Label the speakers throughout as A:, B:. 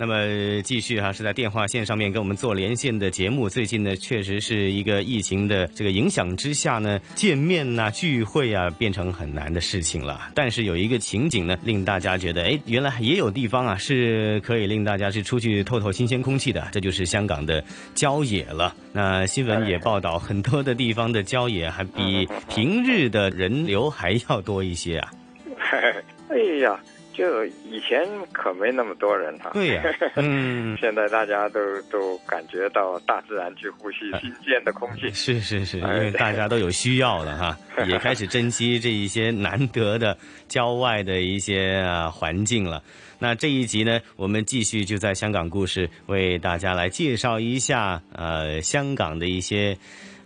A: 那么继续哈、是在电话线上面跟我们做连线的节目。最近呢，确实是一个疫情的这个影响之下呢，见面呐、聚会啊，变成很难的事情了。但是有一个情景呢，令大家觉得，哎，原来也有地方啊，是可以令大家是出去透透新鲜空气的，这就是香港的郊野了。那新闻也报道，很多的地方的郊野还比平日的人流还要多一些啊。
B: 哎呀，就以前可没那么多人哈、
A: 对呀、嗯。
B: 现在大家都都感觉到大自然去呼吸新鲜的空气。
A: 是是是，因
B: 哎
A: 为
B: 对
A: 大家都有需要了 哈，也开始珍惜这一些难得的郊外的一些啊环境了。那这一集呢，我们继续就在香港故事为大家来介绍一下呃香港的一些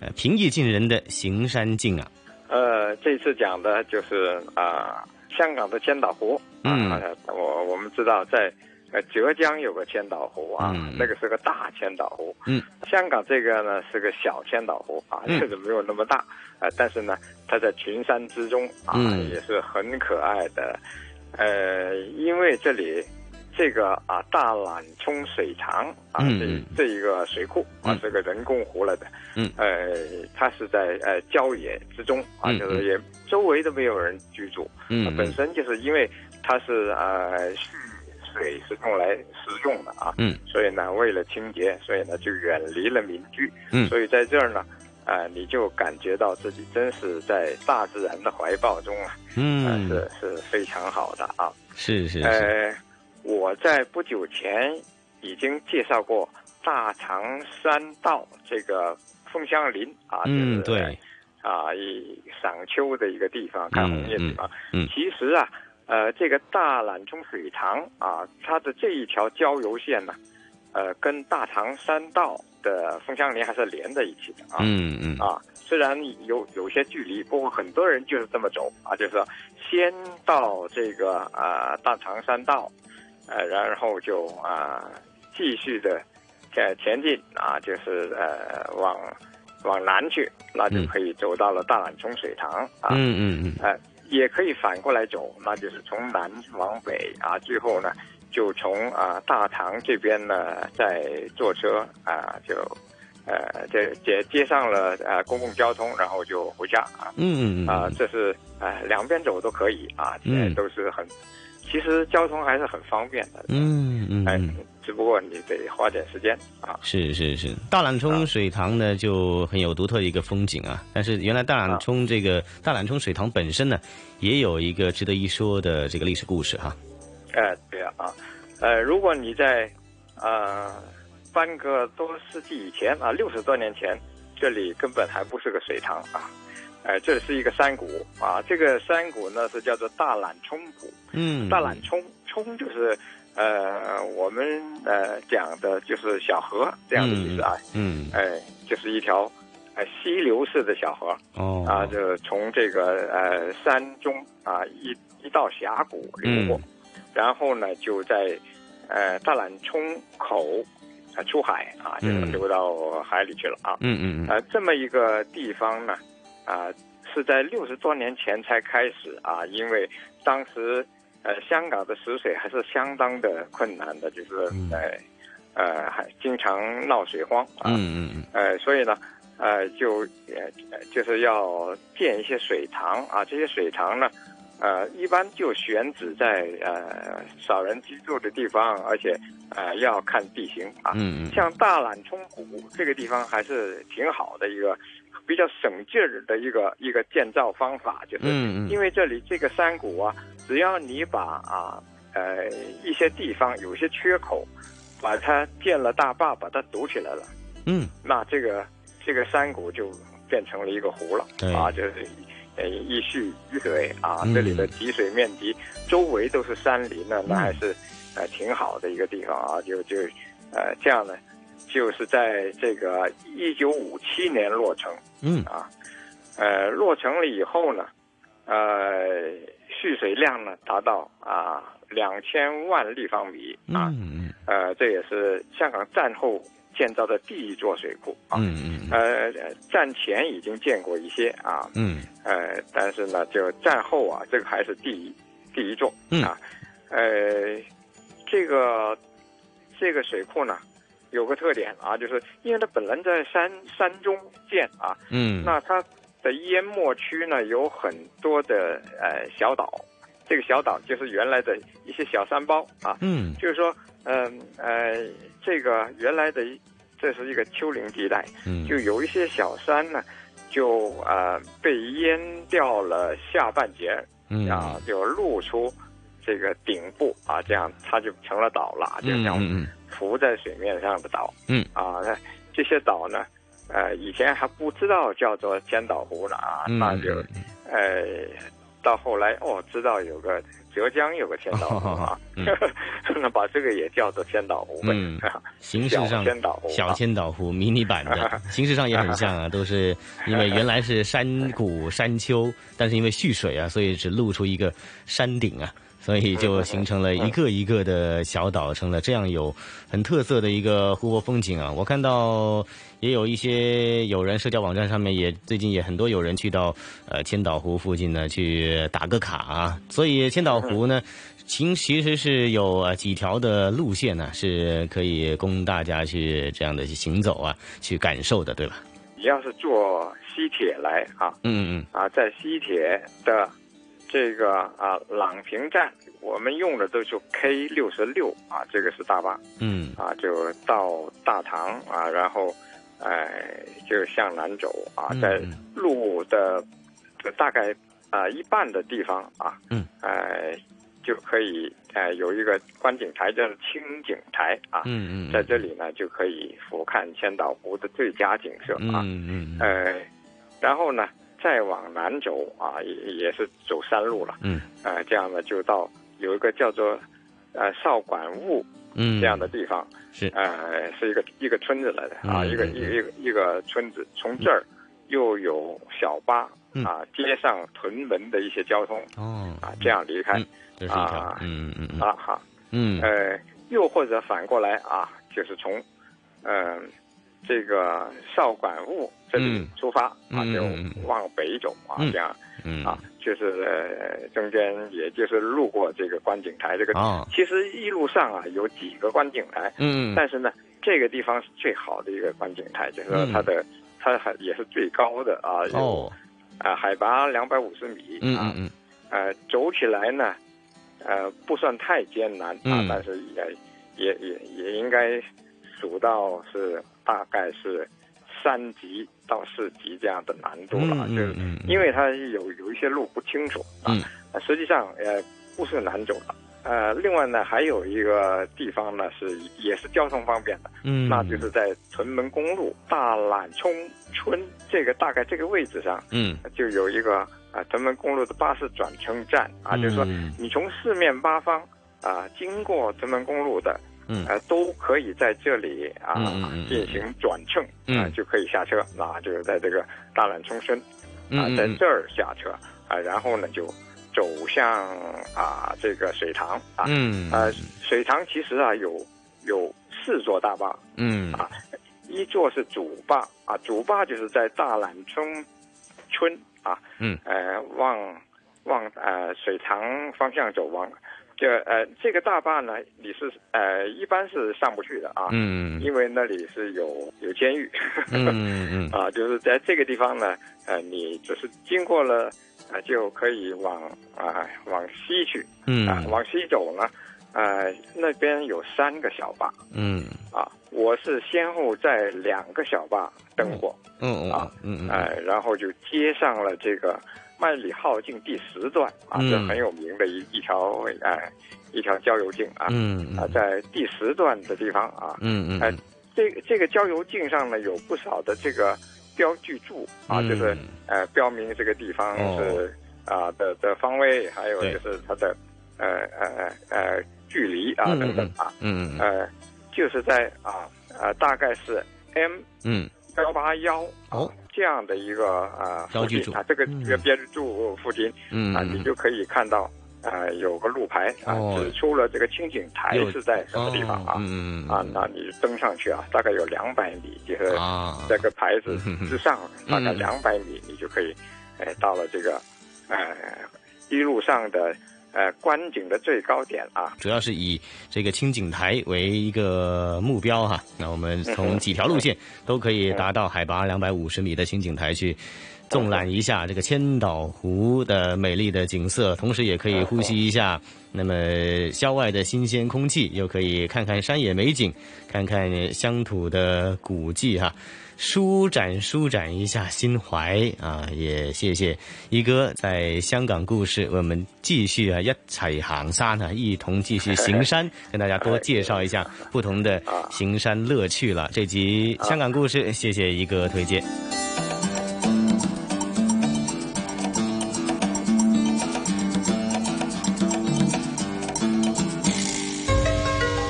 A: 呃平易近人的行山径啊。
B: 呃，这次讲的就是啊、香港的千岛湖。
A: 嗯
B: 啊，我我们知道在呃浙江有个千岛湖啊，
A: 嗯
B: 那个是个大千岛湖。
A: 嗯，
B: 香港这个呢是个小千岛湖啊，
A: 嗯
B: 就是没有那么大啊、呃但是呢，它在群山之中啊，
A: 嗯
B: 也是很可爱的。呃，因为这里这个啊大懒冲水塘啊，
A: 嗯嗯
B: 这这一个水库啊、
A: 嗯
B: 是个人工湖来的。
A: 嗯
B: 呃，它是在呃郊野之中啊，
A: 嗯
B: 就是也周围都没有人居住。
A: 嗯
B: 啊本身就是因为它是呃蓄水是用来食用的啊，
A: 嗯，
B: 所以呢，为了清洁，所以呢就远离了民居，
A: 嗯
B: 所以在这儿呢，呃，你就感觉到自己真是在大自然的怀抱中啊，呃
A: 嗯
B: 是是非常好的啊，
A: 是是是，
B: 呃，我在不久前已经介绍过大长山道这个枫香林啊，
A: 嗯
B: 就是
A: 对，
B: 啊，一赏秋的一个地方，看红叶的地方。
A: 嗯嗯嗯
B: 其实啊，呃，这个大懒冲水塘啊，它的这一条郊游线呢，呃，跟大唐山道的枫香林还是连在一起的啊。
A: 嗯嗯
B: 啊，虽然有有些距离，不过很多人就是这么走啊，就是说先到这个啊、大长山道，呃，然后就啊、继续的前前进啊，就是呃往往南去，那就
A: 嗯
B: 可以走到了大榄冲水塘啊。
A: 嗯嗯嗯，
B: 呃，也可以反过来走，那就是从南往北啊，最后呢，就从啊、大唐这边呢，再坐车啊、就呃接接接上了呃公共交通，然后就回家啊
A: 嗯嗯
B: 啊、
A: 嗯
B: 这是呃两边走都可以啊，
A: 嗯
B: 这都是很，其实交通还是很方便的，
A: 嗯嗯
B: 哎、
A: 嗯。
B: 只不过你得花点时间啊，
A: 是是是，啊大榄冲水塘呢就很有独特的一个风景啊。但是原来大榄冲这个、大榄冲水塘本身呢，也有一个值得一说的这个历史故事哈、
B: 哎、对啊啊，呃，如果你在呃半个多世纪以前啊，六十多年前，这里根本还不是个水塘啊，呃，这是一个山谷啊，这个山谷呢是叫做大懒冲谷，
A: 嗯，
B: 大懒冲冲就是呃我们呃讲的就是小河这样的意思啊，
A: 嗯，嗯
B: 哎、就是一条呃溪流式的小河，
A: 哦
B: 啊，就是从这个呃山中啊一一道峡谷流
A: 嗯
B: 过，然后呢就在呃大榄冲口啊出海啊，就是
A: 嗯
B: 流到海里去了啊。
A: 嗯嗯嗯
B: 呃，这么一个地方呢，啊、是在六十多年前才开始啊，因为当时呃香港的食水还是相当的困难的，就是
A: 嗯
B: 呃呃还经常闹水荒啊。
A: 嗯嗯
B: 呃，所以呢，呃，就呃呃就是要建一些水塘啊，这些水塘呢，呃，一般就选址在呃少人居住的地方，而且呃要看地形啊。
A: 嗯嗯，
B: 像大榄冲谷这个地方还是挺好的一个比较省劲儿的一个一个建造方法，就是
A: 嗯嗯，
B: 因为这里这个山谷啊，只要你把啊呃一些地方有些缺口，把它建了大坝把它堵起来了。
A: 嗯
B: 那这个这个山谷就变成了一个湖了，
A: 对
B: 啊，就是呃一蓄一水啊，
A: 嗯
B: 这里的集水面积周围都是山林呢，
A: 嗯
B: 那还是呃挺好的一个地方啊，就就呃这样呢，就是在这个一九五七年落成
A: 嗯
B: 啊，呃，落成了以后呢，呃，蓄水量呢达到啊两千万立方米啊，
A: 嗯
B: 呃，这也是香港战后建造的第一座水库啊。
A: 嗯嗯
B: 呃，战前已经建过一些啊，
A: 嗯
B: 呃，但是呢，就战后啊，这个还是第一第一座
A: 嗯
B: 啊，呃，这个这个水库呢，有个特点啊，就是因为它本来在山山中建啊，
A: 嗯，
B: 那它的淹没区呢有很多的呃小岛，这个小岛就是原来的一些小山包啊，
A: 嗯
B: 就是说，嗯呃这个原来的一这是一个丘陵地带，
A: 嗯
B: 就有一些小山呢，就呃被淹掉了下半截儿
A: 嗯
B: 啊，就露出这个顶部啊，这样它就成了岛了，就像
A: 嗯
B: 浮在水面上的岛。
A: 嗯
B: 啊，那这些岛呢，呃，以前还不知道叫做千岛湖呢啊，
A: 嗯
B: 那就呃，到后来哦，知道有个浙江有个千岛 湖啊，
A: 嗯
B: 那把这个也叫做千岛湖呗。
A: 嗯形式
B: 小
A: 上
B: 千岛湖啊，
A: 小千岛湖迷你版的， 形式上也很像啊，都是因为原来是山谷山丘，但是因为蓄水啊，所以只露出一个山顶啊。所以就形成了一个一个的小岛，成了这样有很特色的一个湖泊风景啊！我看到也有一些有人社交网站上面也最近也很多有人去到呃千岛湖附近呢去打个卡啊，所以千岛湖呢，其其实是有呃几条的路线呢、是可以供大家去这样的去行走啊，去感受的，对吧？
B: 你要是坐西铁来啊
A: 嗯
B: 啊，在西铁的这个啊朗屏站，我们用的都是 K 六十六啊，这个是大巴
A: 嗯
B: 啊，就到大堂啊，然后哎、就向南走啊
A: 嗯，
B: 在路的大概啊一半的地方啊，
A: 嗯，
B: 哎、就可以哎、有一个观景台叫清景台啊，
A: 嗯嗯嗯，
B: 在这里呢就可以俯瞰千岛湖的最佳景色
A: 嗯
B: 啊。
A: 嗯嗯
B: 呃，然后呢，再往南走啊，也也是走山路了，
A: 嗯
B: 呃，这样呢就到有一个叫做呃少管坞
A: 嗯
B: 这样的地方，
A: 是
B: 呃，是一个一个村子来的啊，
A: 嗯
B: 一个
A: 嗯
B: 一个一个一个村子，从这儿又有小巴、
A: 嗯
B: 啊接上屯门的一些交通
A: 哦
B: 啊，这样离开、
A: 嗯这是一条嗯嗯嗯
B: 啊哈，
A: 嗯
B: 呃，又或者反过来啊，就是从，呃，这个少管坞这里
A: 嗯
B: 出发、啊，
A: 嗯嗯嗯嗯
B: 就往北走啊，
A: 嗯
B: 这样
A: 嗯
B: 啊，就是、呃、中间也就是路过这个观景台这个，
A: 哦
B: 其实一路上啊有几个观景台，
A: 嗯
B: 但是呢，这个地方是最好的一个观景台，就是说
A: 嗯
B: 它的、它还也是最高的啊，有
A: 哦
B: 啊海拔两百五十米
A: 嗯
B: 啊
A: 嗯，嗯
B: 呃，走起来呢，呃，不算太艰难啊，
A: 嗯
B: 但是也也也也应该数到是大概是三级到四级这样的难度啊了，
A: 嗯
B: 就是
A: 嗯
B: 因为它有有一些路不清楚啊，
A: 嗯
B: 呃实际上呃不是难走的。呃，另外呢，还有一个地方呢是也是交通方便的，
A: 嗯，
B: 那就是在屯门公路大榄冲村这个大概这个位置上，
A: 嗯
B: 就有一个啊屯门公路的巴士转乘站啊，就是说
A: 嗯
B: 你从四面八方啊经过屯门公路的，
A: 嗯
B: 呃都可以在这里啊
A: 嗯嗯嗯嗯
B: 进行转乘啊
A: 嗯
B: 就可以下车，那就是在这个大榄冲村啊
A: 嗯
B: 在
A: 嗯
B: 这儿下车啊，然后呢就走向啊这个水塘啊，
A: 嗯
B: 呃水塘其实啊有有四座大坝，呃
A: 嗯
B: 啊一座是主坝啊，主坝就是在大榄村村啊，
A: 嗯，
B: 呃，往往呃水塘方向走往，这呃这个大坝呢，你是呃一般是上不去的啊，
A: 嗯
B: 因为那里是有有监狱
A: 嗯嗯
B: 啊，就是在这个地方呢，呃，你就是经过了啊、呃就可以往啊、往西去 啊、
A: 嗯
B: 往西走呢，呃，那边有三个小坝。
A: 嗯。
B: 啊，我是先后在两个小坝登过，
A: 嗯嗯嗯
B: 哎、然后就接上了这个麦里浩径第十段啊，
A: 嗯
B: 这很有名的一一条哎、一条郊游径啊、
A: 嗯
B: 啊，在第十段的地方啊，
A: 嗯
B: 哎、这个这个郊游径上呢有不少的这个标记柱啊，
A: 嗯
B: 就是呃标明这个地方
A: 哦
B: 是啊、的的方位，还有
A: 对
B: 就是它的呃呃呃距离啊
A: 嗯嗯
B: 等等啊，
A: 嗯嗯
B: 呃，就是在啊呃大概是 M
A: 嗯，
B: 幺八幺
A: 哦
B: 这样的一个啊
A: 标
B: 附
A: 记
B: 近
A: 处
B: 啊这个
A: 嗯
B: 这个标记柱附近
A: 嗯
B: 啊，
A: 嗯
B: 你就可以看到啊有个路牌啊
A: 哦
B: 指出了这个清景台
A: 有
B: 是在什么地方
A: 哦
B: 啊
A: 嗯嗯嗯
B: 啊，那你登上去啊，大概有两百米，就是
A: 啊，
B: 这个牌子之上大概
A: 嗯
B: 两百米，你就可以哎到了这个呃一路上的呃观景的最高点啊。
A: 主要是以这个清景台为一个目标哈、那我们从几条路线都可以达到海拔两百五十米的清景台去。纵览一下这个千岛湖的美丽的景色，同时也可以呼吸一下那么郊外的新鲜空气，又可以看看山野美景，看看乡土的古迹哈、舒展舒展一下心怀啊！也谢谢一哥在香港故事，我们继续啊一起行山啊，一同继续行山，跟大家多介绍一下不同的行山乐趣了。这集香港故事，谢谢一哥推荐。